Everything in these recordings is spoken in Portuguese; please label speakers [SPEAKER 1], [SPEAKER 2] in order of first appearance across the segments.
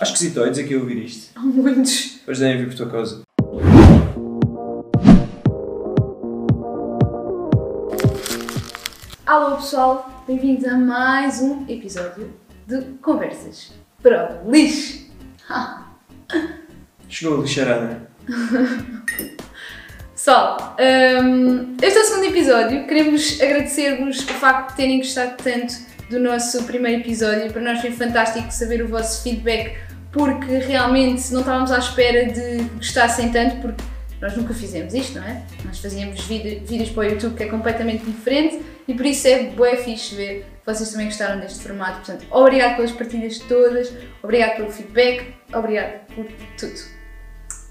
[SPEAKER 1] Acho esquisitoides aqui a ouvir isto.
[SPEAKER 2] Há muitos.
[SPEAKER 1] Hoje devem vir por tua causa.
[SPEAKER 2] Alô pessoal, bem-vindos a mais um episódio de Conversas para o Lixo. Ah.
[SPEAKER 1] Chegou a lixarada.
[SPEAKER 2] Pessoal, hum, este é o segundo episódio. Queremos agradecer-vos o facto de terem gostado tanto do nosso primeiro episódio. Para nós foi fantástico saber o vosso feedback, porque realmente não estávamos à espera de que gostassem tanto, porque nós nunca fizemos isto, não é? Nós fazíamos vídeo- vídeos para o YouTube que é completamente diferente e por isso é bué fixe ver que vocês também gostaram deste formato. Portanto, obrigado pelas partilhas todas, obrigado pelo feedback, obrigado por tudo.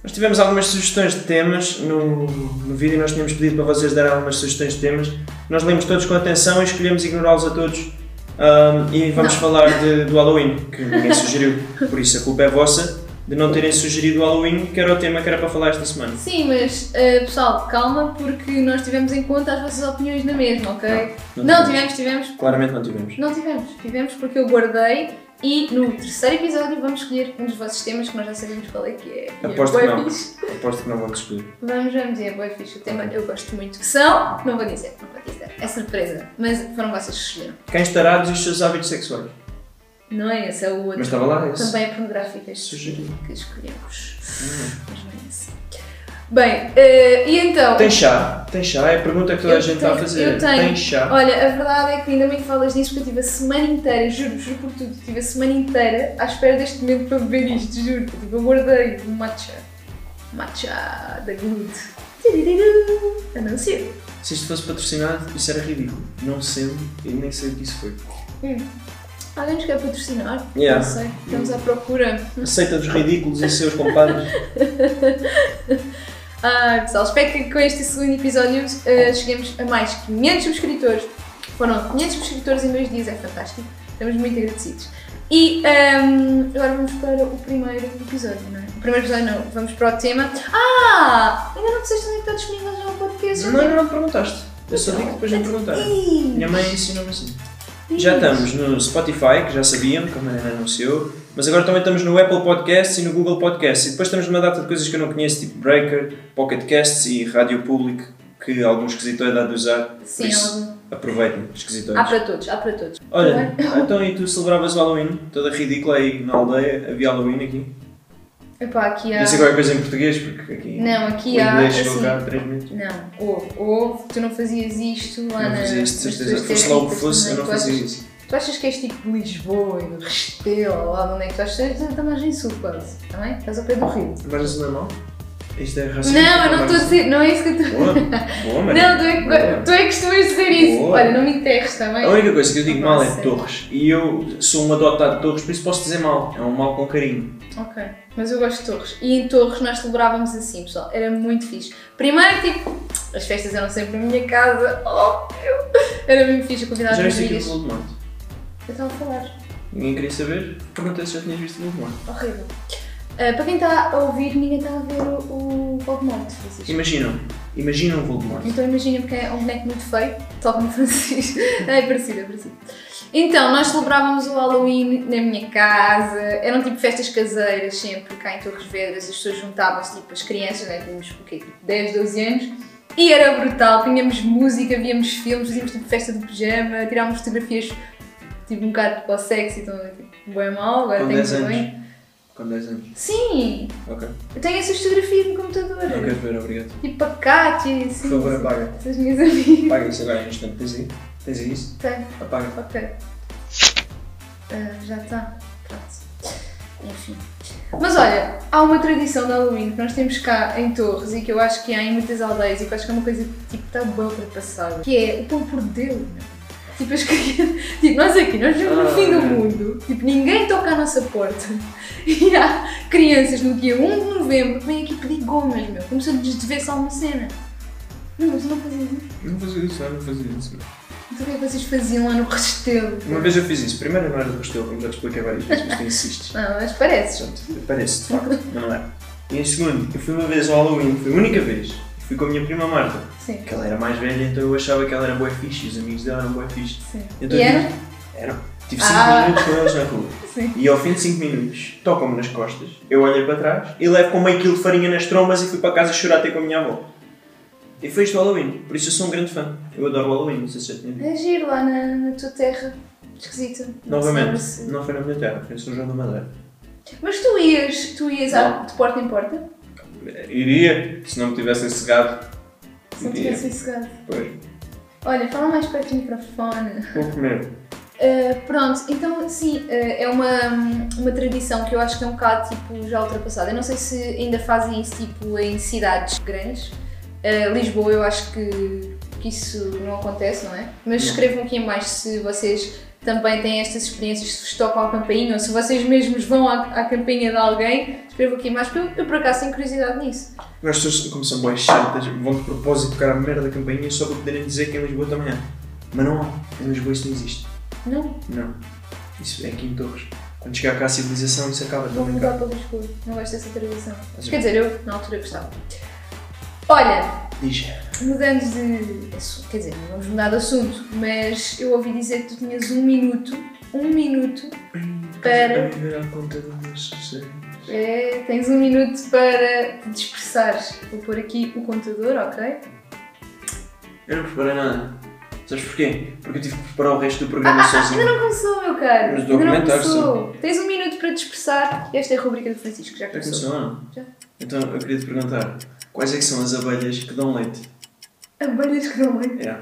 [SPEAKER 1] Nós tivemos algumas sugestões de temas no, no vídeo. Nós tínhamos pedido para vocês darem algumas sugestões de temas. Nós lemos todos com atenção e escolhemos ignorá-los a todos. Ahm, e vamos
[SPEAKER 2] Não.
[SPEAKER 1] falar de- do Halloween, que ninguém sugeriu. Por isso a culpa é vossa de não terem sugerido o Halloween, que era o tema que era para falar esta semana.
[SPEAKER 2] Sim, mas eh, pessoal, calma, porque nós tivemos em conta as vossas opiniões na mesma, ok?
[SPEAKER 1] Não,
[SPEAKER 2] Não,
[SPEAKER 1] tivemos.
[SPEAKER 2] tivemos, tivemos.
[SPEAKER 1] Claramente não tivemos.
[SPEAKER 2] Não tivemos, tivemos porque eu guardei e no terceiro episódio vamos escolher um dos vossos temas que nós já sabemos qual é que é. E é
[SPEAKER 1] Aposto que
[SPEAKER 2] bué
[SPEAKER 1] não.
[SPEAKER 2] fixe.
[SPEAKER 1] Aposto que não vão escolher.
[SPEAKER 2] Vamos, vamos, é boa fixe. O tema eu gosto muito. Que são, não vou dizer, não vou dizer. É surpresa, mas foram vocês que escolheram.
[SPEAKER 1] Quem estará dos seus hábitos sexuais?
[SPEAKER 2] Não é esse, é o outro.
[SPEAKER 1] Mas tá estava lá esse.
[SPEAKER 2] Também é pornográfico este
[SPEAKER 1] Sugerido.
[SPEAKER 2] que escolhemos.
[SPEAKER 1] Hum.
[SPEAKER 2] Mas não é esse. Bem, eh, e então...
[SPEAKER 1] Tem chá? Tem chá? É a pergunta que toda
[SPEAKER 2] Eu
[SPEAKER 1] a gente está a
[SPEAKER 2] tenho-
[SPEAKER 1] fazer.
[SPEAKER 2] eu tenho.
[SPEAKER 1] Tem chá?
[SPEAKER 2] Olha, a verdade é que ainda bem que falas disso, porque eu tive a semana inteira, juro, juro por tudo, tive a semana inteira à espera deste momento para beber isto, juro. Tipo, eu guardei um matcha. Matcha da Good. Tiririru. Anúncio.
[SPEAKER 1] Se isto fosse patrocinado, isso era ridículo. Não sendo, eu nem sei o que isso foi.
[SPEAKER 2] Alguém nos quer patrocinar?
[SPEAKER 1] Yeah.
[SPEAKER 2] Não sei, estamos à procura.
[SPEAKER 1] Aceita dos ridículos e seus compadres.
[SPEAKER 2] Ah, pessoal, espero que com este segundo episódio eh, cheguemos a mais 500 subscritores. Foram 500 subscritores em dois dias, é fantástico. Estamos muito agradecidos. E ahm, agora vamos para o primeiro episódio, não é? O primeiro episódio não, vamos para o tema. Ah! Ainda não disseste onde é que está disponível já o podcast? Já
[SPEAKER 1] não, não, não perguntaste. Eu só
[SPEAKER 2] Não.
[SPEAKER 1] digo depois de me perguntar.
[SPEAKER 2] Ih,
[SPEAKER 1] Minha mãe ensinou-me assim. Já estamos no Spotify, que já sabiam, que a Mariana anunciou. Mas agora também estamos no Apple Podcasts e no Google Podcasts. E depois estamos numa data de coisas que eu não conheço, tipo Breaker, Pocket Casts e Rádio Público, que algum esquisito é dado de usar.
[SPEAKER 2] Sim, algum.
[SPEAKER 1] aproveitem, esquisitões.
[SPEAKER 2] há para todos, há para todos.
[SPEAKER 1] Olha, então e tu celebravas o Halloween? Toda ridícula aí na aldeia, havia Halloween aqui.
[SPEAKER 2] Epá, aqui há.
[SPEAKER 1] Não sei qualquer coisa em português, porque aqui.
[SPEAKER 2] Não, aqui
[SPEAKER 1] o
[SPEAKER 2] há,
[SPEAKER 1] inglês um chegou
[SPEAKER 2] assim,
[SPEAKER 1] cá há 3 minutos.
[SPEAKER 2] Não, houve, houve, tu não fazias isto lá
[SPEAKER 1] Não
[SPEAKER 2] na.
[SPEAKER 1] fazia isto, de
[SPEAKER 2] nas
[SPEAKER 1] certeza.
[SPEAKER 2] tuas
[SPEAKER 1] Fosse lá o que
[SPEAKER 2] terras,
[SPEAKER 1] fosse, eu
[SPEAKER 2] é?
[SPEAKER 1] não
[SPEAKER 2] Tu achas-
[SPEAKER 1] fazia isso.
[SPEAKER 2] Tu achas que és tipo de Lisboa e do Restelo, ou lá de onde é que tu achas? Estás na margem sul quase, está bem? Estás ao pé do rio.
[SPEAKER 1] Mas isso não é mal? Isto é racismo.
[SPEAKER 2] Não, eu não estou a dizer, não é isso que eu estou
[SPEAKER 1] Boa, boa,
[SPEAKER 2] Não,
[SPEAKER 1] Maria.
[SPEAKER 2] tu é,
[SPEAKER 1] Boa.
[SPEAKER 2] que- tu é que costumas dizer isso.
[SPEAKER 1] Boa.
[SPEAKER 2] Olha, não me enterres, está bem?
[SPEAKER 1] A única coisa que eu digo
[SPEAKER 2] Não
[SPEAKER 1] mal
[SPEAKER 2] pode
[SPEAKER 1] é
[SPEAKER 2] ser.
[SPEAKER 1] Torres. E eu sou um adotado de Torres, por isso posso dizer mal. É um mal com carinho.
[SPEAKER 2] Ok, mas eu gosto de Torres. E em Torres nós celebrávamos assim, pessoal. Era muito fixe. Primeiro, tipo, as festas eram sempre na minha casa. Oh, meu! Era mesmo fixe, eu convidava
[SPEAKER 1] Já
[SPEAKER 2] as
[SPEAKER 1] viste
[SPEAKER 2] minhas
[SPEAKER 1] aqui o
[SPEAKER 2] amigas.
[SPEAKER 1] bolo de Monte?
[SPEAKER 2] Eu estava a falar.
[SPEAKER 1] Ninguém queria saber? Perguntei se já tinhas visto o bolo de Monte.
[SPEAKER 2] Horrível. Ah, para quem está a ouvir, ninguém está a ver o, o Voldemort, Francisco.
[SPEAKER 1] Imaginam, imaginam o bolo de Monte.
[SPEAKER 2] Então imagina porque é um boneco muito feio, tal como o Francisco. É parecido, é parecido. Então, nós celebrávamos o Halloween na minha casa, eram tipo festas caseiras sempre, cá em Torres Vedras, as pessoas juntavam-se, tipo as crianças, né? tínhamos o quê? Tipo, 10, 12 anos, e era brutal, tínhamos música, víamos filmes, fazíamos tipo festa de pijama, tirávamos fotografias tipo um bocado para o sexy, então tipo, bem mal, agora
[SPEAKER 1] Com
[SPEAKER 2] tenho
[SPEAKER 1] 10
[SPEAKER 2] também.
[SPEAKER 1] anos. Com 10 anos.
[SPEAKER 2] Sim,
[SPEAKER 1] Ok.
[SPEAKER 2] eu tenho essas fotografias no computador,
[SPEAKER 1] Não quero ver, obrigado.
[SPEAKER 2] tipo a Cátia e assim,
[SPEAKER 1] Por favor, apaga.
[SPEAKER 2] essas minhas amigas.
[SPEAKER 1] Apaga isso agora em instante. Tens aí? Tens aí isso?
[SPEAKER 2] Tenho.
[SPEAKER 1] Apaga.
[SPEAKER 2] Ok. Ah, já está. Pronto. Enfim. Mas olha, há uma tradição de Halloween que nós temos cá em Torres e que eu acho que há em muitas aldeias e que eu acho que é uma coisa que tipo, está boa para passar, que é o pão por Deus. Tipo, as crianças- tipo, nós aqui, nós vivemos no
[SPEAKER 1] Ah,
[SPEAKER 2] fim
[SPEAKER 1] é.
[SPEAKER 2] do mundo, tipo, ninguém toca à nossa porta. E há crianças no dia 1 de novembro que vêm aqui pedir gomas, meu, como se eu lhes devesse alguma cena. Não, mas eu não fazia isso.
[SPEAKER 1] Não fazia isso, eu não fazia isso.
[SPEAKER 2] Então o que é que vocês faziam lá no Restelo?
[SPEAKER 1] Uma vez eu fiz isso. Primeiro não era do Restelo, como já te expliquei várias vezes, mas tu insistes.
[SPEAKER 2] Não, mas pareces.
[SPEAKER 1] Portanto, parece, de facto, mas não é. E em segundo, eu fui uma vez ao Halloween, foi a única vez, e fui com a minha prima Marta,
[SPEAKER 2] Sim,
[SPEAKER 1] que ela era mais velha, então eu achava que ela era boa fixe, e os amigos dela eram boa fixe.
[SPEAKER 2] sim.
[SPEAKER 1] Então
[SPEAKER 2] e
[SPEAKER 1] eu
[SPEAKER 2] era?
[SPEAKER 1] tive- Eram. Tive 5
[SPEAKER 2] Ah.
[SPEAKER 1] minutos com eles na rua.
[SPEAKER 2] Sim.
[SPEAKER 1] E ao fim de 5 minutos, tocam-me nas costas, eu olhei para trás e levo com meio quilo de farinha nas trombas e fui para casa chorar até com a minha avó. E foi isto o Halloween, por isso eu sou um grande fã. Eu adoro o Halloween, não sei se já tinha dito.
[SPEAKER 2] É giro lá na, na tua terra. Esquisita. Não
[SPEAKER 1] Novamente,
[SPEAKER 2] sei se-
[SPEAKER 1] não foi na minha terra, foi em São João da Madeira.
[SPEAKER 2] Mas tu ias, tu ias à-
[SPEAKER 1] Não.
[SPEAKER 2] de porta em porta?
[SPEAKER 1] Iria, se não me tivessem cegado.
[SPEAKER 2] Se não
[SPEAKER 1] Iria.
[SPEAKER 2] tivesse cegado.
[SPEAKER 1] Pois,
[SPEAKER 2] Olha, fala mais perto do microfone.
[SPEAKER 1] vou comer.
[SPEAKER 2] Uh, pronto, então sim, uh, é uma, uma tradição que eu acho que é um bocado tipo, já ultrapassada. Eu não sei se ainda fazem isso tipo, em cidades grandes. Uh, Lisboa, eu acho que, que isso não acontece, não é? Mas
[SPEAKER 1] Não.
[SPEAKER 2] escrevam aqui em mais se vocês também têm estas experiências, se vos tocam à campainha ou se vocês mesmos vão à, à campainha de alguém. Escrevam aqui em mais, porque eu, eu por acaso tenho curiosidade nisso.
[SPEAKER 1] As pessoas, como são boas chatas, vão de propósito tocar a merda da campainha só para poderem dizer que é em Lisboa também há. Mas não há. Em Lisboa isso não existe.
[SPEAKER 2] Não,
[SPEAKER 1] Não. Isso é aqui em Torres. Quando chegar cá a civilização, isso acaba
[SPEAKER 2] vou
[SPEAKER 1] também cá.
[SPEAKER 2] mudar para Lisboa, não gosto dessa tradição.
[SPEAKER 1] Mas-
[SPEAKER 2] Quer dizer, eu na altura gostava. Olha,
[SPEAKER 1] Diz.
[SPEAKER 2] Mudando de assunto, quer dizer, não vamos mudar de assunto, mas eu ouvi dizer que tu tinhas um minuto, um minuto, Para.
[SPEAKER 1] A viver à conta do meu sucesso.
[SPEAKER 2] é, tens um minuto para te dispersares. Vou pôr aqui o contador, ok?
[SPEAKER 1] Eu não preparei nada. Sabes porquê? Porque eu tive que preparar o resto do programa sozinho.
[SPEAKER 2] Ah, Não começou, meu caro!
[SPEAKER 1] Mas
[SPEAKER 2] Ainda não
[SPEAKER 1] documentar,
[SPEAKER 2] começou! Tens um minuto para te dispersar. Esta é a rubrica do Francisco, já
[SPEAKER 1] Já
[SPEAKER 2] começou.
[SPEAKER 1] começou ou não?
[SPEAKER 2] Já.
[SPEAKER 1] Então eu queria te perguntar: quais é que são as abelhas que dão leite?
[SPEAKER 2] Abelhas que não leite.
[SPEAKER 1] É.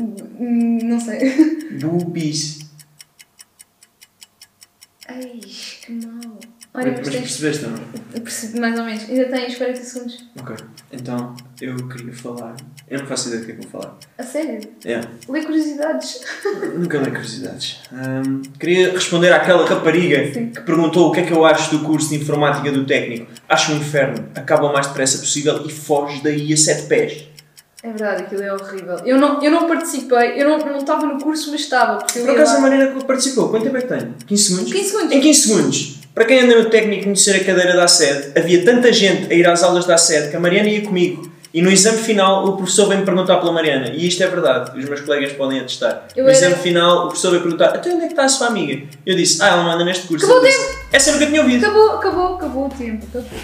[SPEAKER 2] Hum, Não sei.
[SPEAKER 1] Bubis.
[SPEAKER 2] Ai, que mal. Olha,
[SPEAKER 1] Mas
[SPEAKER 2] mas tens.
[SPEAKER 1] percebeste ou não?
[SPEAKER 2] eu percebi Mais ou menos. Ainda tens 40 segundos.
[SPEAKER 1] Ok. Então eu queria falar. Eu não faço ideia do que é que vou falar.
[SPEAKER 2] A sério?
[SPEAKER 1] É.
[SPEAKER 2] Lê curiosidades.
[SPEAKER 1] Nunca dei curiosidades. Ahm, queria responder àquela rapariga
[SPEAKER 2] Sim.
[SPEAKER 1] que perguntou o que é que eu acho do curso de informática do técnico. Acho um inferno. Acaba o mais depressa possível e foge daí a sete pés.
[SPEAKER 2] É verdade, aquilo é horrível. Eu não, eu não participei, eu não, eu não estava no curso, mas estava, porque eu
[SPEAKER 1] Por
[SPEAKER 2] ia
[SPEAKER 1] acaso a
[SPEAKER 2] lá.
[SPEAKER 1] maneira que participou, quanto tempo é que tem? 15 segundos?
[SPEAKER 2] 15 segundos.
[SPEAKER 1] Em 15 segundos. Para quem anda no técnico conhecer a cadeira da sede, havia tanta gente a ir às aulas da sede que a Mariana ia comigo. E no exame final o professor vem-me perguntar pela Mariana. E isto é verdade, os meus colegas podem atestar.
[SPEAKER 2] Eu
[SPEAKER 1] no
[SPEAKER 2] era-
[SPEAKER 1] exame final o professor veio perguntar, até onde é que está a sua amiga? Eu disse, ah, ela não anda neste curso.
[SPEAKER 2] Acabou
[SPEAKER 1] Ele disse, Essa nunca tinha ouvido.
[SPEAKER 2] Acabou, acabou, acabou o tempo, acabou.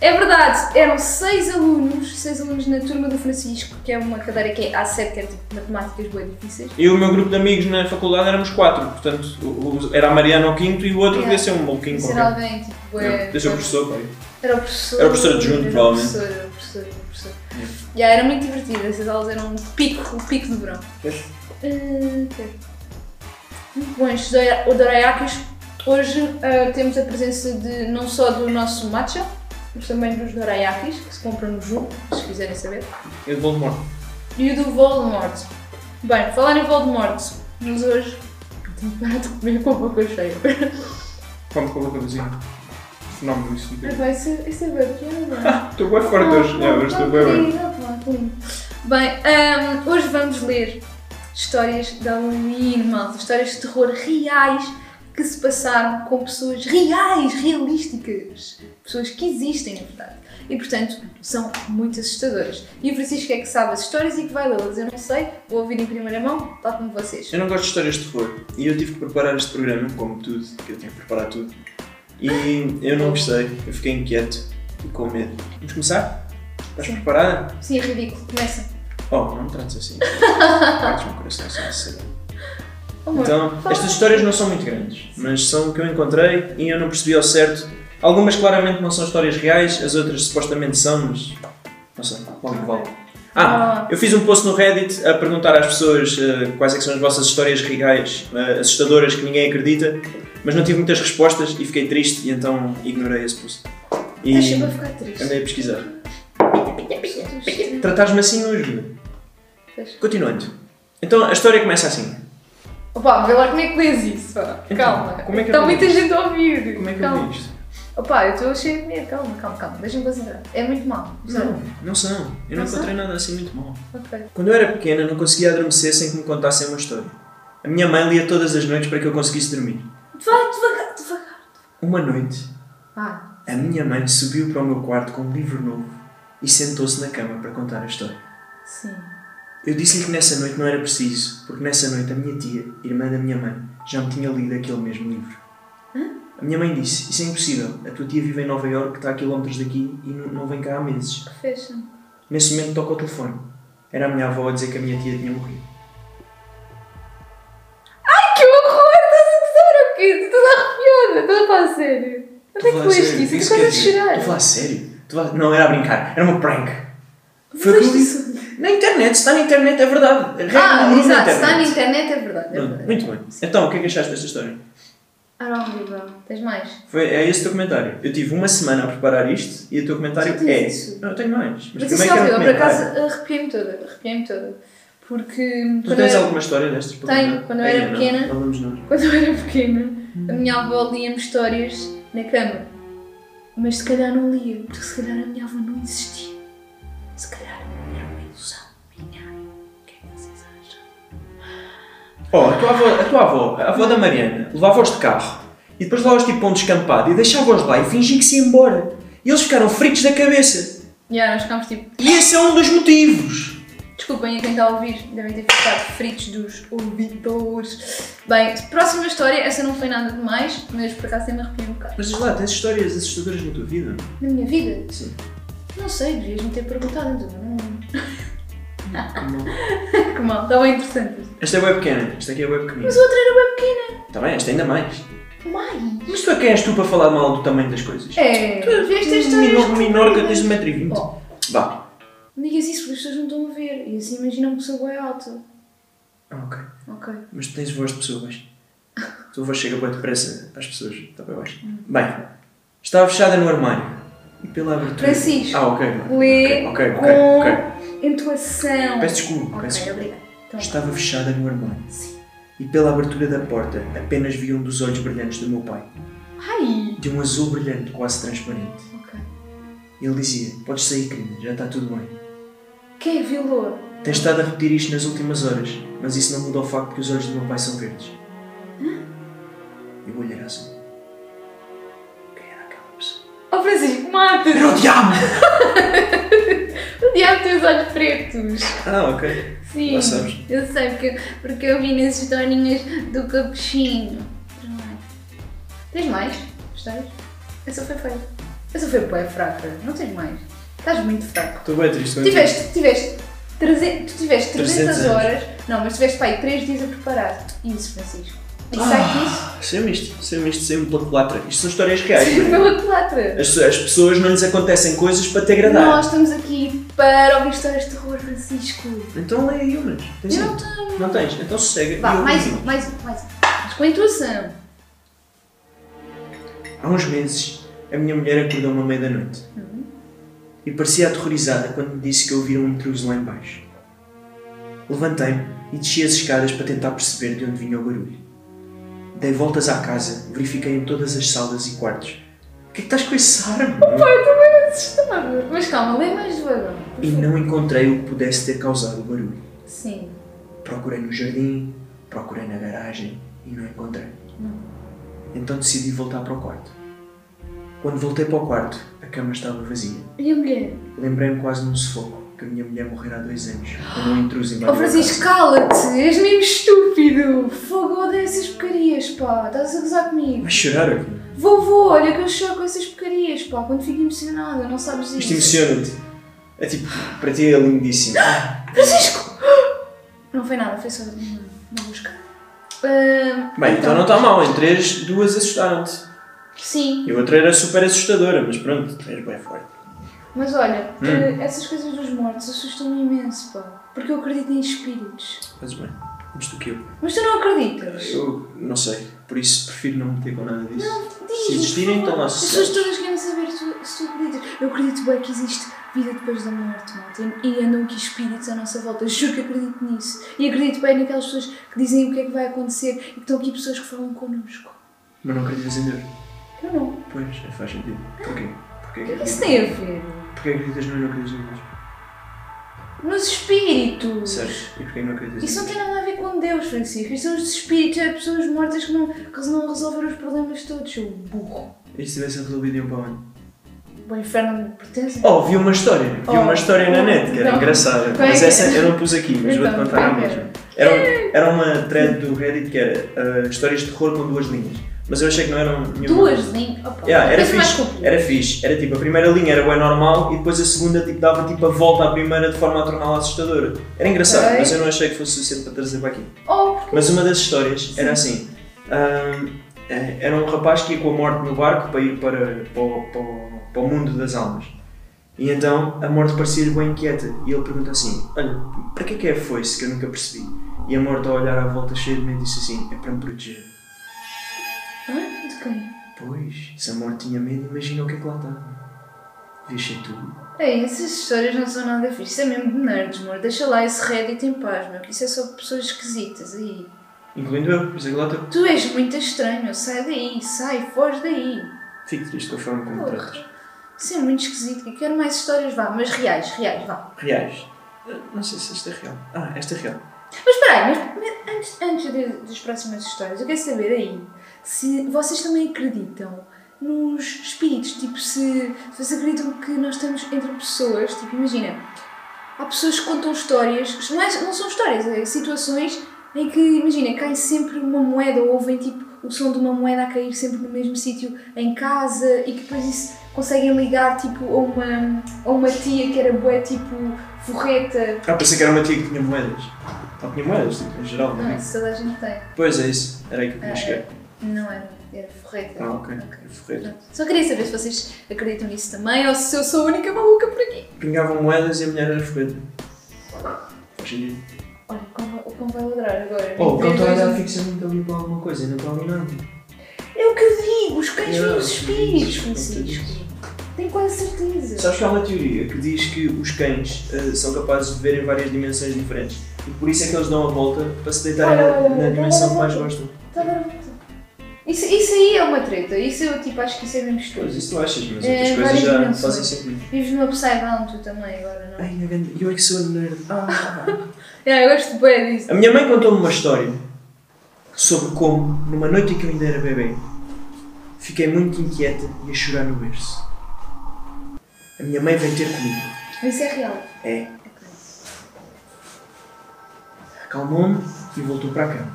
[SPEAKER 2] É verdade, eram seis alunos, seis alunos na turma do Francisco, que é uma cadeira que é A7, que é tipo matemáticas bem difíceis.
[SPEAKER 1] Eu e o meu grupo de amigos na faculdade éramos quatro, portanto o- o- era a Mariana ao quinto e o outro
[SPEAKER 2] Yeah.
[SPEAKER 1] devia ser um maluquinho
[SPEAKER 2] Ser
[SPEAKER 1] qualquer.
[SPEAKER 2] alguém, tipo, bué-
[SPEAKER 1] Não, Deve ser o professor, pai.
[SPEAKER 2] Era o professor.
[SPEAKER 1] Era o professor adjunto,
[SPEAKER 2] era o
[SPEAKER 1] provavelmente.
[SPEAKER 2] professor, Era o professor, era o professor. Yeah, era muito divertido, essas aulas eram um pico, o pico do verão. Ah, ok. Muito bom, estes dora- odorayakis. Hoje ah, temos a presença de não só do nosso matcha, mas também dos dorayakis, que se compram no jogo, se quiserem saber,
[SPEAKER 1] Eu de Baltimore.
[SPEAKER 2] e o do Voldemort. Bem, falar em Voldemort, mas hoje eu tenho que parar de comer com a boca cheia.
[SPEAKER 1] Come com a boca vazia. Fenómeno isso.
[SPEAKER 2] Mas vai ser, isso é bem piada.
[SPEAKER 1] Estou bem forte hoje. É, hoje estou bem bem.
[SPEAKER 2] bem. Bem, ahm, hoje vamos ler histórias de Halloween, malta. Histórias de terror reais que se passaram com pessoas reais, realísticas. Pessoas que existem, na verdade. E, portanto, são muito assustadoras. E o Francisco é que sabe as histórias e que vai lê-las. Eu não sei, vou ouvir em primeira mão, tal como vocês.
[SPEAKER 1] Eu não gosto de histórias de terror. E eu tive que preparar este programa, como tudo, que eu tenho que preparar tudo. E eu não gostei. Eu fiquei inquieto e com medo. Vamos começar? Estás
[SPEAKER 2] Sim.
[SPEAKER 1] preparada?
[SPEAKER 2] Sim, é ridículo. Começa.
[SPEAKER 1] Oh, não me trates assim. Partes-me o coração, sou necessário.
[SPEAKER 2] Amor.
[SPEAKER 1] Então, estas histórias não são muito grandes, mas são o que eu encontrei e eu não percebi ao certo. Algumas claramente não são histórias reais, as outras supostamente são, mas. Não sei, logo vale. Ah, eu fiz um post no Reddit a perguntar às pessoas eh, quais é que são as vossas histórias reais, eh, assustadoras que ninguém acredita, mas não tive muitas respostas e fiquei triste e então ignorei esse post. E
[SPEAKER 2] Estás sempre a ficar triste.
[SPEAKER 1] andei a pesquisar. Tratares-me assim não ajuda.
[SPEAKER 2] Pois.
[SPEAKER 1] Continuando. Então a história começa assim.
[SPEAKER 2] Opa, vê lá como é que lês isso, pá.
[SPEAKER 1] Então,
[SPEAKER 2] Calma.
[SPEAKER 1] como é que eu
[SPEAKER 2] Está
[SPEAKER 1] vou
[SPEAKER 2] muita gente a ouvir.
[SPEAKER 1] Como é que
[SPEAKER 2] calma.
[SPEAKER 1] eu vi isto?
[SPEAKER 2] Opa, eu estou cheia de medo. Calma, calma, calma. Deixa-me concentrar. É muito mal.
[SPEAKER 1] Não, não são. Eu não,
[SPEAKER 2] Não são?
[SPEAKER 1] encontrei nada assim muito mal.
[SPEAKER 2] Ok.
[SPEAKER 1] Quando eu era pequena, não conseguia adormecer sem que me contassem uma história. A minha mãe lia todas as noites para que eu conseguisse dormir.
[SPEAKER 2] Vai devagar, devagar.
[SPEAKER 1] Uma noite,
[SPEAKER 2] Ah,
[SPEAKER 1] a minha mãe subiu para o meu quarto com um livro novo e sentou-se na cama para contar a história.
[SPEAKER 2] sim.
[SPEAKER 1] Eu disse-lhe que nessa noite não era preciso, porque nessa noite a minha tia, irmã da minha mãe, já me tinha lido aquele mesmo livro. A minha mãe disse: Isso é impossível, a tua tia vive em Nova Iorque, está a quilómetros daqui e não, não vem cá há meses.
[SPEAKER 2] Fecha.
[SPEAKER 1] Nesse momento toca o telefone. Era a minha avó a dizer que a minha tia tinha morrido.
[SPEAKER 2] Que horror! Estás a gozar ou quê? Tu estás arrepiada! Estou a falar sério. Onde
[SPEAKER 1] Estou
[SPEAKER 2] é que
[SPEAKER 1] a falar
[SPEAKER 2] tu
[SPEAKER 1] sério,
[SPEAKER 2] isso?
[SPEAKER 1] isso
[SPEAKER 2] Estou
[SPEAKER 1] quer
[SPEAKER 2] quase a
[SPEAKER 1] dizer-
[SPEAKER 2] chorar.
[SPEAKER 1] Estou a falar sério? Estou a- Não, era a brincar, era uma prank. Foi
[SPEAKER 2] Fizeste
[SPEAKER 1] aquilo que eu disse. Na internet, se está na internet, é verdade. Regra
[SPEAKER 2] Ah,
[SPEAKER 1] número um
[SPEAKER 2] exato. Se está na internet é verdade. É
[SPEAKER 1] Pronto,
[SPEAKER 2] verdade.
[SPEAKER 1] Muito bem. Então, o que é que achaste desta história?
[SPEAKER 2] Ah, horrível. Tens mais?
[SPEAKER 1] Foi, é esse o teu comentário. Eu tive uma semana a preparar isto e o teu comentário
[SPEAKER 2] Já tinha
[SPEAKER 1] é.
[SPEAKER 2] isso.
[SPEAKER 1] Não, eu tenho mais.
[SPEAKER 2] Mas
[SPEAKER 1] primeiro
[SPEAKER 2] isso é
[SPEAKER 1] quero um
[SPEAKER 2] horrível. Por acaso
[SPEAKER 1] comentário.
[SPEAKER 2] arrepiei-me toda. Arrepiei-me toda. Porque
[SPEAKER 1] Tu
[SPEAKER 2] quando
[SPEAKER 1] tens
[SPEAKER 2] eu-
[SPEAKER 1] alguma história destas? para
[SPEAKER 2] Tenho,
[SPEAKER 1] contar?
[SPEAKER 2] quando eu era
[SPEAKER 1] Ainda
[SPEAKER 2] pequena.
[SPEAKER 1] Não, não vamos nós.
[SPEAKER 2] quando eu era pequena, a minha avó lia-me histórias na cama. Mas se calhar não lia, porque se calhar a minha avó não existia. Se calhar era uma ilusão minha. é O que é que vocês acham?
[SPEAKER 1] Oh, a tua avó, a tua avó, a avó da Mariana, levava-os de carro e depois levava-os tipo para um descampado e deixava-os lá e fingia que se ia embora. E eles ficaram fritos da cabeça.
[SPEAKER 2] E yeah, nós ficámos tipo,
[SPEAKER 1] E esse é um dos motivos.
[SPEAKER 2] desculpem a quem está a ouvir, devem ter ficado fritos dos ouvidores. Bem, próxima história, essa não foi nada demais, mas por acaso tem-me arrepiado um bocado.
[SPEAKER 1] Mas diz lá, tens histórias assustadoras na tua vida?
[SPEAKER 2] Na minha vida,
[SPEAKER 1] Sim.
[SPEAKER 2] não sei, devias me ter perguntado, então, não.
[SPEAKER 1] Como não?
[SPEAKER 2] Que mal, estava interessante. isto.
[SPEAKER 1] Esta é web pequena, esta aqui é web pequenina.
[SPEAKER 2] Mas a outra era web pequena.
[SPEAKER 1] Está bem, esta é ainda mais.
[SPEAKER 2] Mais?
[SPEAKER 1] Mas tu é quem és tu para falar mal do tamanho das coisas?
[SPEAKER 2] É, vieste as histórias
[SPEAKER 1] Minor, um menor que
[SPEAKER 2] compridas.
[SPEAKER 1] tens 1,20m.
[SPEAKER 2] Oh.
[SPEAKER 1] Vá.
[SPEAKER 2] Não digas isso porque assim, as pessoas não estão a ver. E assim imaginam que sou bem alta.
[SPEAKER 1] Ah, ok.
[SPEAKER 2] Ok.
[SPEAKER 1] Mas tu tens voz de pessoa baixa. A tua voz chega bem depressa às pessoas. Está bem baixa. Bem, estava fechada no armário. E pela abertura.
[SPEAKER 2] Francisco.
[SPEAKER 1] Ah, ok. Ok,
[SPEAKER 2] Lê
[SPEAKER 1] ok,
[SPEAKER 2] com
[SPEAKER 1] ok.
[SPEAKER 2] entoação.
[SPEAKER 1] Peço desculpa,
[SPEAKER 2] Ok,
[SPEAKER 1] peço desculpa.
[SPEAKER 2] obrigada. Então,
[SPEAKER 1] Estava fechada no armário.
[SPEAKER 2] Sim.
[SPEAKER 1] E pela abertura da porta apenas vi um dos olhos brilhantes do meu pai.
[SPEAKER 2] Ai!
[SPEAKER 1] De um azul brilhante, quase transparente.
[SPEAKER 2] Ok.
[SPEAKER 1] Ele dizia: Podes sair, querida, já está tudo bem.
[SPEAKER 2] Quem é que violou?
[SPEAKER 1] Tens estado a repetir isto nas últimas horas, mas isso não muda o facto que os olhos do meu pai são verdes. Eu olhei era azul. Quem era aquela pessoa?
[SPEAKER 2] Oh Francisco, mata-te!
[SPEAKER 1] Era o diabo!
[SPEAKER 2] O diabo tem os olhos pretos!
[SPEAKER 1] Ah, ok.
[SPEAKER 2] Sim.
[SPEAKER 1] Já sabes.
[SPEAKER 2] Eu sei porque, porque eu vi nas historinhas do capuchinho. Espera lá. Tens mais? Histórias? Essa foi feia. Essa foi bué fraca. Não tens mais. Estás muito fraco.
[SPEAKER 1] Estou bem triste. bem triste.
[SPEAKER 2] Tiveste, tiveste, 300, tu tiveste 300,
[SPEAKER 1] 300
[SPEAKER 2] horas, não, mas tiveste pai 3 dias a preparar. Isso, é Francisco. E sai disso?
[SPEAKER 1] Ah, Sem isto, sem isto, sem um pela culatra. Isto são histórias reais. Maria.
[SPEAKER 2] Pela culatra.
[SPEAKER 1] As, as pessoas não lhes acontecem coisas para te agradar.
[SPEAKER 2] Nós estamos aqui para ouvir histórias de terror, Francisco.
[SPEAKER 1] Então lê aí umas. Tens
[SPEAKER 2] Eu
[SPEAKER 1] aí?
[SPEAKER 2] não tenho.
[SPEAKER 1] não... tens? Então sossega.
[SPEAKER 2] Vá,
[SPEAKER 1] E eu
[SPEAKER 2] mais
[SPEAKER 1] digo.
[SPEAKER 2] um, mais um, mais um. Mas com a intuação.
[SPEAKER 1] Há uns meses, a minha mulher acordou-me à meia-da-noite. E parecia aterrorizada quando me disse que eu ouvira um intruso lá embaixo. Levantei-me e desci as escadas para tentar perceber de onde vinha o barulho. Dei voltas à casa, verifiquei em todas as salas e quartos. O que é que estás com esse ar? meu?
[SPEAKER 2] Assustador. Mas calma, lê mais devagar. por
[SPEAKER 1] E
[SPEAKER 2] favor.
[SPEAKER 1] não encontrei o que pudesse ter causado o barulho.
[SPEAKER 2] Sim.
[SPEAKER 1] Procurei no jardim, procurei na garagem e não encontrei. Então decidi voltar para o quarto. Quando voltei para o quarto, a cama estava vazia.
[SPEAKER 2] E a mulher?
[SPEAKER 1] Lembrei-me quase num sufoco que a minha mulher morrera há dois anos, quando um intruso invadiu
[SPEAKER 2] Oh
[SPEAKER 1] a
[SPEAKER 2] Francisco,
[SPEAKER 1] casa.
[SPEAKER 2] cala-te! És mesmo estúpido! Fogo, eu odeio essas porcarias, pá! Estás a gozar comigo!
[SPEAKER 1] Vais chorar aqui?
[SPEAKER 2] Vovô, olha que eu choro com essas porcarias, pá, quando fico emocionada, não sabes
[SPEAKER 1] Isto
[SPEAKER 2] isso.
[SPEAKER 1] emociona-te. É tipo, para ti é lindíssimo.
[SPEAKER 2] Ah, Francisco! Não foi nada, foi só uma uma busca. Ah,
[SPEAKER 1] Bem, então não está mal. Em três, duas assustaram-te.
[SPEAKER 2] Sim,
[SPEAKER 1] E a outra era super assustadora, mas pronto, és bem forte.
[SPEAKER 2] mas olha,
[SPEAKER 1] Hum.
[SPEAKER 2] eh, essas coisas dos mortos assustam-me imenso, pá. Porque eu acredito em espíritos.
[SPEAKER 1] Fazes bem. Mas do que eu.
[SPEAKER 2] Mas tu não acreditas?
[SPEAKER 1] Eu não sei, por isso prefiro não meter com nada disso. se
[SPEAKER 2] Diz-me,
[SPEAKER 1] existirem,
[SPEAKER 2] por
[SPEAKER 1] então lá
[SPEAKER 2] favor. As pessoas
[SPEAKER 1] associados.
[SPEAKER 2] todas querem saber tu- se tu acreditas. Eu acredito bem que existe vida depois da morte, malta. E- E andam aqui espíritos à nossa volta. Juro que acredito nisso. E acredito bem naquelas pessoas que dizem o que é que vai acontecer e que estão aqui pessoas que falam connosco.
[SPEAKER 1] Mas não acreditas em Deus?
[SPEAKER 2] Eu não.
[SPEAKER 1] Pois, é, faz sentido. Porquê? Porquê que
[SPEAKER 2] O que é que
[SPEAKER 1] acreditas?
[SPEAKER 2] isso tem a ver?
[SPEAKER 1] Porquê acreditas no não acreditas em Deus?
[SPEAKER 2] Nos espíritos.
[SPEAKER 1] Sério, e porquê não acreditas
[SPEAKER 2] Isso
[SPEAKER 1] em
[SPEAKER 2] não
[SPEAKER 1] Deus?
[SPEAKER 2] tem nada a ver com Deus, Francisco. Isso são os espíritos, é pessoas mortas que não, que não resolveram os problemas todos. Seu burro.
[SPEAKER 1] Isto tivesse resolvido em um para o ano.
[SPEAKER 2] O inferno me pertence.
[SPEAKER 1] Oh, vi uma história. Vi
[SPEAKER 2] Oh.
[SPEAKER 1] uma história na net que era
[SPEAKER 2] Então,
[SPEAKER 1] engraçada.
[SPEAKER 2] qual é
[SPEAKER 1] Mas
[SPEAKER 2] que
[SPEAKER 1] essa
[SPEAKER 2] era?
[SPEAKER 1] eu não pus aqui, mas
[SPEAKER 2] Então,
[SPEAKER 1] vou-te
[SPEAKER 2] qual
[SPEAKER 1] contar
[SPEAKER 2] é
[SPEAKER 1] a
[SPEAKER 2] que
[SPEAKER 1] mesma. Era, um, era uma thread do Reddit que era ah, histórias de terror com duas linhas. Mas eu achei que não eram nenhuma.
[SPEAKER 2] Duas linhas. Opa,
[SPEAKER 1] Yeah, era,
[SPEAKER 2] coisa mais
[SPEAKER 1] fixe,
[SPEAKER 2] comprida.
[SPEAKER 1] era fixe, era tipo, a primeira linha era bem normal e depois a segunda tipo, dava tipo a volta à primeira de forma a torná-la assustadora. Era engraçado,
[SPEAKER 2] Ok.
[SPEAKER 1] mas eu não achei que fosse suficiente para trazer para aqui.
[SPEAKER 2] Oh, porque
[SPEAKER 1] Mas uma das histórias era assim: ahm, eh, era um rapaz que ia com a morte no barco para ir para, para, o- para o- para o mundo das almas. E então a morte parecia-lhe bem inquieta e ele pergunta assim: Olha, para que é que é a foice que eu nunca percebi? E a morte, ao olhar à volta cheia de medo, disse assim: É para me proteger.
[SPEAKER 2] Ah, de quem?
[SPEAKER 1] Pois, se a morte tinha medo, imagina o que é que lá está. Vixe tudo.
[SPEAKER 2] Ei, essas histórias não são nada fixe. Isso é mesmo de nerds, amor. Deixa lá esse Reddit em paz, meu. que Isso é só de pessoas esquisitas aí.
[SPEAKER 1] Incluindo eu, por isso é que lá estou.
[SPEAKER 2] Tu és muito estranho. Sai daí, sai, foge daí.
[SPEAKER 1] Fico triste com a forma como me
[SPEAKER 2] Porra.
[SPEAKER 1] tratas.
[SPEAKER 2] Isso é muito esquisito. Eu quero mais histórias, vá. Mas reais, reais, vá.
[SPEAKER 1] Reais. Ah, Não sei se esta é real. Ah, esta é real.
[SPEAKER 2] Mas espera aí, mas, mas antes, antes de- das próximas histórias, eu quero saber aí se vocês também acreditam nos espíritos, tipo, se, se vocês acreditam que nós estamos entre pessoas, tipo, imagina, há pessoas que contam histórias, que não, é- não são histórias, é situações em que, imagina, cai sempre uma moeda ou ouvem, tipo, o som de uma moeda a cair sempre no mesmo sítio em casa e que depois isso conseguem ligar, tipo, a uma, a uma tia que era boa, tipo, forreta.
[SPEAKER 1] Ah, pensei que era uma tia que tinha moedas. Ela tinha moedas, tipo, em geral, não
[SPEAKER 2] Não,
[SPEAKER 1] é?
[SPEAKER 2] isso toda a gente tem.
[SPEAKER 1] Pois é isso, era aí que eu queria
[SPEAKER 2] Ah,
[SPEAKER 1] chegar.
[SPEAKER 2] Não era, era forreta.
[SPEAKER 1] Ah, ok.
[SPEAKER 2] é, Ok.
[SPEAKER 1] Ferreira.
[SPEAKER 2] Pronto. Só queria saber se vocês acreditam nisso também ou se eu sou a única maluca por aqui.
[SPEAKER 1] Pingavam moedas e a mulher era ferreira. Faz sentido.
[SPEAKER 2] Olha, o cão vai- o cão vai ladrar agora.
[SPEAKER 1] Oh, o cão está a olhar
[SPEAKER 2] eu,
[SPEAKER 1] fixamente ali para alguma coisa e não está ali nada.
[SPEAKER 2] eu É que digo, os cães
[SPEAKER 1] Eu
[SPEAKER 2] veem os
[SPEAKER 1] que
[SPEAKER 2] espíritos,
[SPEAKER 1] digo,
[SPEAKER 2] Francisco. Tenho quase certeza.
[SPEAKER 1] Sabes que há uma teoria que diz que os cães ah, são capazes de ver em várias dimensões diferentes e por isso é que eles dão a volta para se deitarem
[SPEAKER 2] Olha,
[SPEAKER 1] na-
[SPEAKER 2] olha,
[SPEAKER 1] na
[SPEAKER 2] olha,
[SPEAKER 1] dimensão que
[SPEAKER 2] olha,
[SPEAKER 1] mais
[SPEAKER 2] olha.
[SPEAKER 1] gostam.
[SPEAKER 2] Tá bem. Isso, isso aí é uma treta. Isso eu tipo, acho que isso é mesmo
[SPEAKER 1] Pois, é.
[SPEAKER 2] estudo.
[SPEAKER 1] isso tu achas, mas
[SPEAKER 2] É,
[SPEAKER 1] outras coisas
[SPEAKER 2] várias
[SPEAKER 1] já
[SPEAKER 2] dimensões.
[SPEAKER 1] fazem sentido.
[SPEAKER 2] Vives no Upside Down tu também agora, não?
[SPEAKER 1] Ai, a grande- eu é que sou nerd. Ah.
[SPEAKER 2] É, eu gosto bem disso.
[SPEAKER 1] a minha mãe contou-me uma história sobre como, numa noite em que eu ainda era bebê, fiquei muito inquieta e a chorar no berço. A minha mãe veio ter comigo.
[SPEAKER 2] Mas isso é real.
[SPEAKER 1] É. Acalmou-me e voltou para a cama.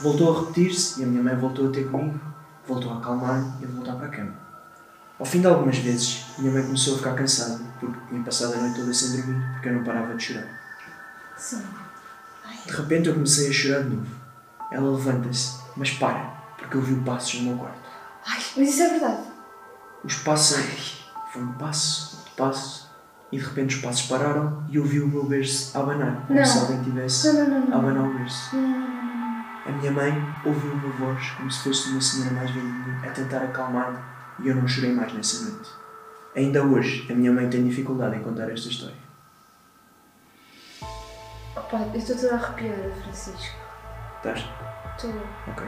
[SPEAKER 1] Voltou a repetir-se e a minha mãe voltou a ter comigo. Voltou a acalmar e a voltar para a cama. Ao fim de algumas vezes, minha mãe começou a ficar cansada porque tinha passado a noite toda sem dormir porque eu não parava de chorar.
[SPEAKER 2] Sim.
[SPEAKER 1] De repente eu comecei a chorar de novo. Ela levanta-se, mas para, porque eu vi passos no meu quarto.
[SPEAKER 2] Ai, mas isso é verdade.
[SPEAKER 1] Os passos. Foi um passo, outro passo, e de repente os passos pararam e eu vi o meu berço a abanar, como
[SPEAKER 2] Não.
[SPEAKER 1] se alguém tivesse
[SPEAKER 2] Não, não, não,
[SPEAKER 1] a
[SPEAKER 2] não.
[SPEAKER 1] abanar o berço.
[SPEAKER 2] Não, não, não, não, não.
[SPEAKER 1] A minha mãe ouviu uma voz como se fosse uma senhora mais velhinha a tentar acalmar-me e eu não chorei mais nessa noite. Ainda hoje, a minha mãe tem dificuldade em contar esta história.
[SPEAKER 2] Opa, eu estou toda arrepiada, Francisco.
[SPEAKER 1] Estás?
[SPEAKER 2] Estou.
[SPEAKER 1] Ok.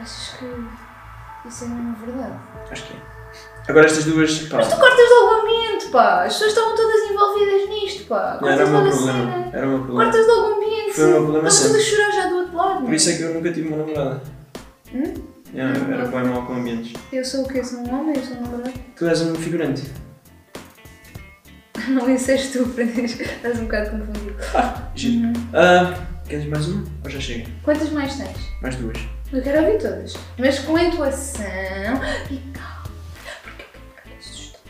[SPEAKER 2] Achas que isso é mesmo verdade?
[SPEAKER 1] Acho que é. Agora estas duas. Pá,
[SPEAKER 2] Mas tu cortas logo o ambiente, pá! As pessoas estavam todas envolvidas nisto, pá!
[SPEAKER 1] era
[SPEAKER 2] Cortas
[SPEAKER 1] o meu
[SPEAKER 2] logo a
[SPEAKER 1] problema.
[SPEAKER 2] cena!
[SPEAKER 1] Era o meu problema.
[SPEAKER 2] Cortas logo o ambiente!
[SPEAKER 1] Foi o meu problema
[SPEAKER 2] Estavam
[SPEAKER 1] sempre.
[SPEAKER 2] todas a chorar já do outro lado!
[SPEAKER 1] Por isso é que eu nunca tive uma namorada.
[SPEAKER 2] Hum?
[SPEAKER 1] É, era bem mal com ambientes.
[SPEAKER 2] Eu sou o quê? Sou um homem? Eu sou um namorado?
[SPEAKER 1] Tu és um figurante.
[SPEAKER 2] Não, isso és tu, Francisco. Estás um bocado confundido.
[SPEAKER 1] Giro.
[SPEAKER 2] Uhum.
[SPEAKER 1] Ah, queres mais uma? Ou já chega?
[SPEAKER 2] Quantas mais tens?
[SPEAKER 1] Mais duas.
[SPEAKER 2] Eu quero ouvir todas. Mas com entoação e calma. Porque eu quero ficar assustada.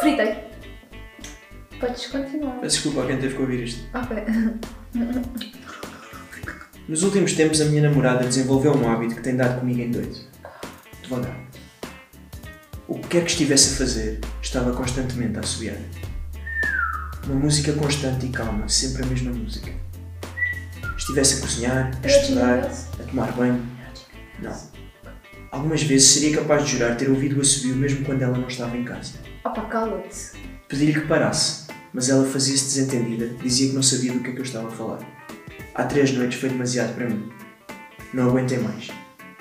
[SPEAKER 2] Fritei. Podes continuar. Ah,
[SPEAKER 1] Peço desculpa a quem teve que ouvir isto.
[SPEAKER 2] Ok.
[SPEAKER 1] Nos últimos tempos, a minha namorada desenvolveu um hábito que tem dado comigo em doido. Devagar. O que quer que estivesse a fazer, estava constantemente a assobiar. Uma música constante e calma, sempre a mesma música. Estivesse a cozinhar, a estudar, a tomar banho, não. Algumas vezes seria capaz de jurar ter ouvido o assobio mesmo quando ela não estava em casa.
[SPEAKER 2] Opa, cala-te.
[SPEAKER 1] Pedi-lhe que parasse, mas ela fazia-se desentendida, dizia que não sabia do que é que eu estava a falar. Há três noites foi demasiado para mim. Não aguentei mais.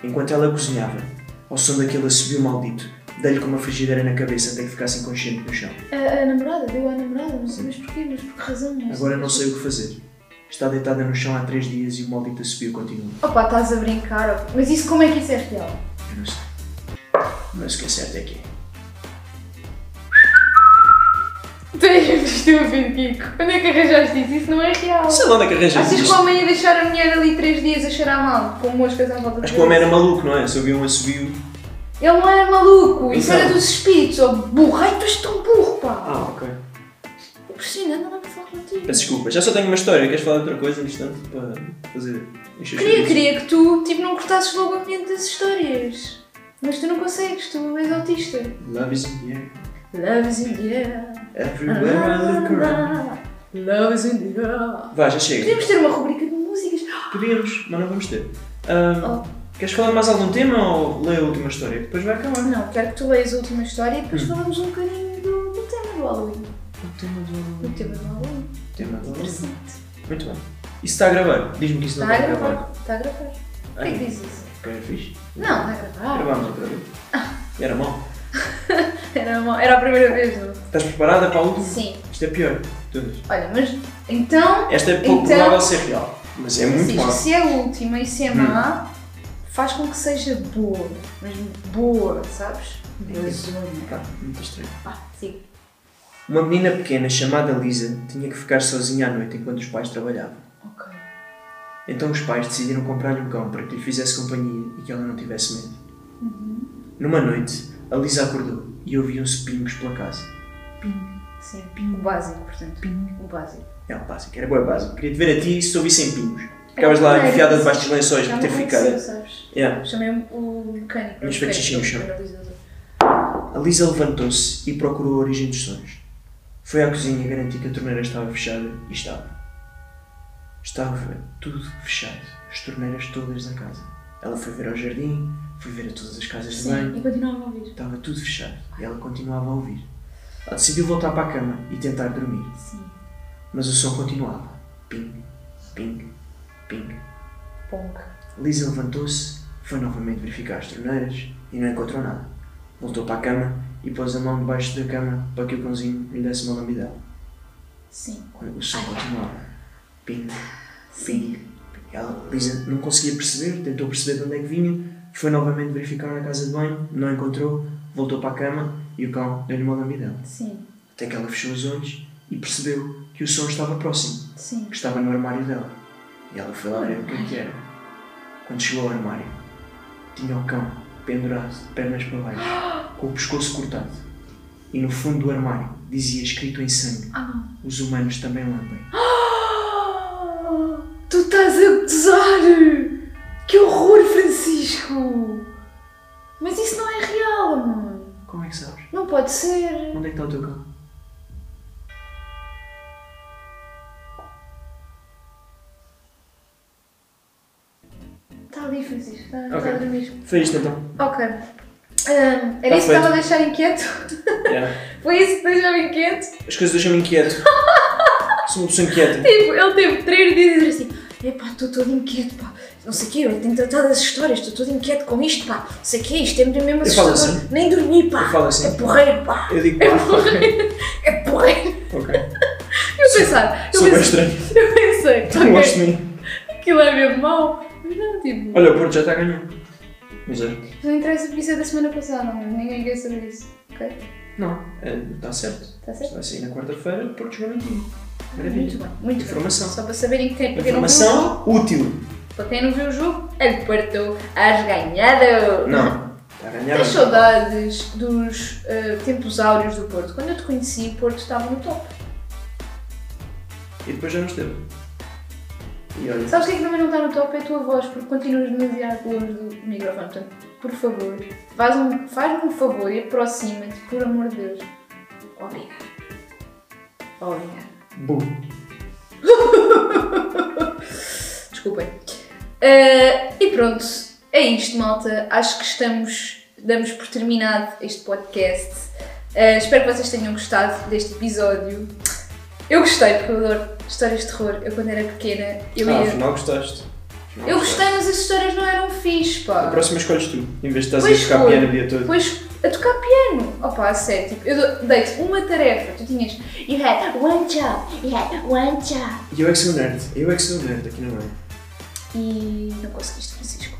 [SPEAKER 1] Enquanto ela cozinhava, ao som daquele assobio maldito, dei-lhe com uma frigideira na cabeça até que ficasse inconsciente no chão.
[SPEAKER 2] A, a namorada, deu à namorada, não sei mas porquê, mas por que razão? Não
[SPEAKER 1] Agora não sei o que fazer. Está deitada no chão há três dias e o maldito assobio continua.
[SPEAKER 2] Opa, estás a brincar. ó. Mas isso, como é que isso é real?
[SPEAKER 1] Eu não sei. Mas o que é certo é que.
[SPEAKER 2] Tens um estúpido, Kiko. Quando é que arranjaste isso? Isso não é real.
[SPEAKER 1] Sei lá onde é que arranjas
[SPEAKER 2] Achas que o
[SPEAKER 1] isto.
[SPEAKER 2] homem ia deixar a mulher ali três dias a cheirar mal, com moscas à
[SPEAKER 1] Acho
[SPEAKER 2] volta
[SPEAKER 1] que
[SPEAKER 2] dele?
[SPEAKER 1] o homem era maluco, não é? Se ouvia um assobio.
[SPEAKER 2] Ele não era maluco, isso
[SPEAKER 1] Então.
[SPEAKER 2] era dos espíritos, ou burro. Ai, tu és tão burro, pá.
[SPEAKER 1] Ah, ok.
[SPEAKER 2] Impressionante, não dá para falar contigo.
[SPEAKER 1] Peço desculpa, já só tenho uma história. Queres falar de outra coisa no instante para fazer. encher os
[SPEAKER 2] Queria,
[SPEAKER 1] chouriços?
[SPEAKER 2] queria que tu, tipo, não cortasses logo o ambiente das histórias. Mas tu não consegues, tu és autista.
[SPEAKER 1] Love is in the air.
[SPEAKER 2] Love is in the air.
[SPEAKER 1] Everywhere I look around.
[SPEAKER 2] Ah, Love is in the air.
[SPEAKER 1] Vá, já chega.
[SPEAKER 2] Podíamos ter uma rubrica de músicas.
[SPEAKER 1] Podíamos, mas não vamos ter. Ahm,
[SPEAKER 2] Oh.
[SPEAKER 1] Queres falar de mais algum tema ou lê a última história? que Depois vai acabar.
[SPEAKER 2] Não, quero que tu leias a última história e
[SPEAKER 1] Hum.
[SPEAKER 2] depois falamos um bocadinho do, do tema do Halloween.
[SPEAKER 1] O tema do.
[SPEAKER 2] Do tema do Halloween.
[SPEAKER 1] Tema do.
[SPEAKER 2] Interessante.
[SPEAKER 1] Muito bem. Isso está a gravar? Diz-me que isso não está
[SPEAKER 2] Está a
[SPEAKER 1] tá a
[SPEAKER 2] gravar?
[SPEAKER 1] gravar.
[SPEAKER 2] Está a gravar. O que é que diz isso?
[SPEAKER 1] Ah, ok, fixe.
[SPEAKER 2] Não, está a gravar.
[SPEAKER 1] Gravámos outra vez. Era mal.
[SPEAKER 2] Era, uma- era a primeira vez, não?
[SPEAKER 1] Estás preparada para a última?
[SPEAKER 2] Sim.
[SPEAKER 1] Isto é pior. Todas.
[SPEAKER 2] Olha, mas então,
[SPEAKER 1] Esta é pouco
[SPEAKER 2] Então-
[SPEAKER 1] provável ser real. Mas é muito
[SPEAKER 2] se,
[SPEAKER 1] má. Hum.
[SPEAKER 2] se é a última e se é má, faz com que seja boa. Mesmo boa, sabes? Boa.
[SPEAKER 1] Pá, Muito estranho.
[SPEAKER 2] Ah, sim.
[SPEAKER 1] Uma menina pequena chamada Lisa tinha que ficar sozinha à noite enquanto os pais trabalhavam.
[SPEAKER 2] Ok.
[SPEAKER 1] Então os pais decidiram comprar-lhe um cão para que lhe fizesse companhia e que ela não tivesse medo. Uhum. Numa noite, a Lisa acordou e ouviam-se pingos pela casa.
[SPEAKER 2] Sim, o básico, portanto. O básico.
[SPEAKER 1] É o básico, era boa básico. Queria te ver a ti se ouvissem pingos.
[SPEAKER 2] É
[SPEAKER 1] Ficavas lá enfiada debaixo dos lençóis
[SPEAKER 2] Já
[SPEAKER 1] por
[SPEAKER 2] me
[SPEAKER 1] ter
[SPEAKER 2] aconteceu,
[SPEAKER 1] ficado.
[SPEAKER 2] sabes?
[SPEAKER 1] Yeah.
[SPEAKER 2] Chamei o mecânico.
[SPEAKER 1] Vamos
[SPEAKER 2] o
[SPEAKER 1] ver que
[SPEAKER 2] mecânico,
[SPEAKER 1] xixi no
[SPEAKER 2] o
[SPEAKER 1] chão.
[SPEAKER 2] canalizador.
[SPEAKER 1] A Lisa levantou-se e procurou a origem dos sons. Foi à cozinha garantir que a torneira estava fechada e estava. Estava tudo fechado, as torneiras todas da casa. Ela foi ver ao jardim, foi ver a todas as casas de banho,
[SPEAKER 2] Sim, e continuava a ouvir.
[SPEAKER 1] estava tudo fechado e ela continuava a ouvir. Ela decidiu voltar para a cama e tentar dormir,
[SPEAKER 2] Sim.
[SPEAKER 1] mas o som continuava. Ping, ping, ping.
[SPEAKER 2] Ponk.
[SPEAKER 1] Lisa levantou-se, foi novamente verificar as torneiras e não encontrou nada. Voltou para a cama e pôs a mão debaixo da cama para que o cãozinho lhe desse uma lambidela.
[SPEAKER 2] Sim.
[SPEAKER 1] O som continuava. Ping, ping. Ela, Lisa não conseguia perceber, tentou perceber de onde é que vinha, foi novamente verificar na casa de banho, não encontrou, voltou para a cama e o cão deu-lhe uma lambidela.
[SPEAKER 2] Sim.
[SPEAKER 1] Até que ela fechou os olhos e percebeu que o som estava próximo
[SPEAKER 2] Sim.
[SPEAKER 1] que estava no armário dela. E ela foi lá ver o que é que era. Quando chegou ao armário, tinha o cão pendurado, de pernas para baixo, com o pescoço cortado. E no fundo do armário dizia, escrito em sangue,
[SPEAKER 2] Ah, não.
[SPEAKER 1] os humanos também lambem.
[SPEAKER 2] Ah, Tu estás a gozar! Que horror, Francisco! Mas isso não é real, amor.
[SPEAKER 1] Como é que sabes?
[SPEAKER 2] Não pode ser.
[SPEAKER 1] Onde é que está o teu cão?
[SPEAKER 2] Está ali, Francisco. Está está
[SPEAKER 1] Ok.
[SPEAKER 2] a dormir.
[SPEAKER 1] Foi isto então.
[SPEAKER 2] Ok. Ahm, era
[SPEAKER 1] Tá
[SPEAKER 2] isso que estava a
[SPEAKER 1] feito.
[SPEAKER 2] deixar inquieto? Foi isso que deixou inquieto?
[SPEAKER 1] As coisas deixam-me inquieto. Sou uma pessoa inquieta.
[SPEAKER 2] Tipo, ele teve três dias a dizer assim: epá, estou todo inquieto, pá, não sei o quê, eu tenho tratado das histórias, estou todo inquieto com isto, pá, não sei o quê, isto é mesmo
[SPEAKER 1] falo
[SPEAKER 2] assustador,
[SPEAKER 1] assim.
[SPEAKER 2] nem dormi, pá,
[SPEAKER 1] Eu falo assim.
[SPEAKER 2] é porreiro, pá,
[SPEAKER 1] Eu digo, pá,
[SPEAKER 2] é porreiro.
[SPEAKER 1] ok.
[SPEAKER 2] Eu pensar, eu
[SPEAKER 1] Sou bem
[SPEAKER 2] pensei,
[SPEAKER 1] estranho.
[SPEAKER 2] eu pensei,
[SPEAKER 1] Não gosto
[SPEAKER 2] ok,
[SPEAKER 1] de mim.
[SPEAKER 2] aquilo é mesmo mau, mas não, tipo,
[SPEAKER 1] Olha, o Porto já está a ganhar. Mas é.
[SPEAKER 2] não interessa porque isso é da semana passada, não, ninguém quer saber isso, ok?
[SPEAKER 1] Não, é, está certo.
[SPEAKER 2] Está certo?
[SPEAKER 1] Está assim na quarta-feira, o Porto jogou no time.
[SPEAKER 2] Muito
[SPEAKER 1] Maravilha.
[SPEAKER 2] bem, Ah, muito
[SPEAKER 1] Informação.
[SPEAKER 2] bem. Só para saberem que tem, para quem não viu o jogo,
[SPEAKER 1] Informação útil.
[SPEAKER 2] para quem não viu o jogo, ele partiu às ganhadas.
[SPEAKER 1] Não. Está a ganhar.
[SPEAKER 2] Tens saudades dos eh, tempos áureos do Porto? Quando eu te conheci, o Porto estava no top.
[SPEAKER 1] E depois já não esteve. E olha.
[SPEAKER 2] Sabes o que é que também não está no top? É a tua voz, porque continuas demasiado longe do microfone. Portanto, por favor, faz um- faz-me um favor e aproxima-te, por amor de Deus. Obrigada. Obrigada.
[SPEAKER 1] Bu.
[SPEAKER 2] Desculpem. Eh, e pronto, é isto, malta. Acho que estamos, damos por terminado este podcast. Eh, espero que vocês tenham gostado deste episódio. Eu gostei, porque eu adoro histórias de terror. Eu, quando era pequena, eu
[SPEAKER 1] Ah,
[SPEAKER 2] ia.
[SPEAKER 1] afinal gostaste. Afinal
[SPEAKER 2] Eu
[SPEAKER 1] gostaste.
[SPEAKER 2] gostei, mas as histórias não eram fixe,
[SPEAKER 1] A
[SPEAKER 2] pá.
[SPEAKER 1] próxima escolhes tu. Em vez de estás
[SPEAKER 2] Pois
[SPEAKER 1] a tocar
[SPEAKER 2] foi.
[SPEAKER 1] piano o dia todo.
[SPEAKER 2] Depois, a tocar piano. Opa, a sério, tipo, eu dou- dei-te uma tarefa. Tu tinhas. You had one job, you had one job.
[SPEAKER 1] E eu é que sou um nerd. Eu é que sou nerd aqui não é?
[SPEAKER 2] E não conseguiste, Francisco.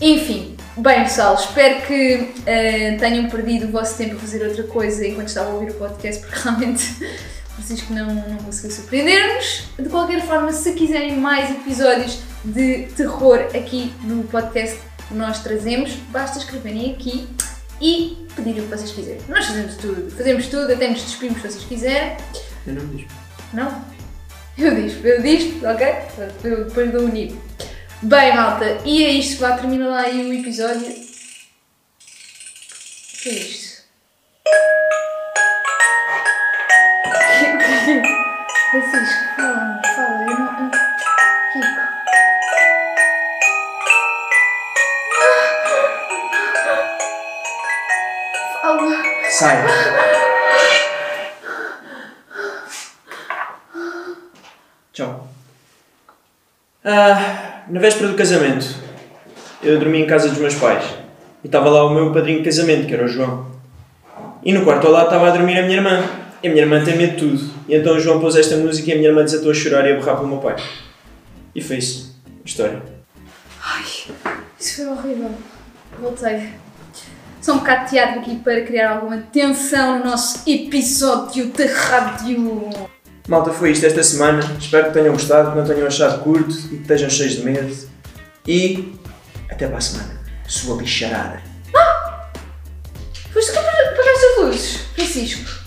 [SPEAKER 2] Enfim, Bem, pessoal, espero que eh, tenham perdido o vosso tempo a fazer outra coisa enquanto estavam a ouvir o podcast, porque realmente vocês que não, não conseguiu surpreender-nos. De qualquer forma, se quiserem mais episódios de terror aqui no podcast que nós trazemos, basta escreverem aqui e pedirem o que vocês quiserem. Nós fazemos tudo, fazemos tudo, até nos despimos se vocês quiserem.
[SPEAKER 1] Eu não me diz.
[SPEAKER 2] Não? Eu dispo, eu dispo, ok? Pronto, Eu depois dou o nível. Bem, malta, e é isto. Vá, termina lá aí o episódio. O que é isto? Francisco, fala, fala, eu não. eu- Kiko. Ah! Ah! Fala.
[SPEAKER 1] Sai. Tchau. Ah, na véspera do casamento, eu dormi em casa dos meus pais. E estava lá o meu padrinho de casamento, que era o João. E no quarto ao lado estava a dormir a minha irmã. E a minha irmã tem medo de tudo. E então o João pôs esta música e a minha irmã desatou a chorar e a borrar pelo meu pai. E foi isso. A História.
[SPEAKER 2] Ai, isso foi horrível. Voltei. Só um bocado de teatro aqui para criar alguma tensão no nosso episódio de rádio.
[SPEAKER 1] Malta, foi isto esta semana. Espero que tenham gostado, que não tenham achado curto e que estejam cheios de medo. E até para a semana. Sua bicharada.
[SPEAKER 2] Foste tu que apagaste as luzes, Francisco?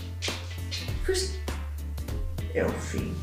[SPEAKER 2] Foste...
[SPEAKER 1] É o fim.
[SPEAKER 2] Ah,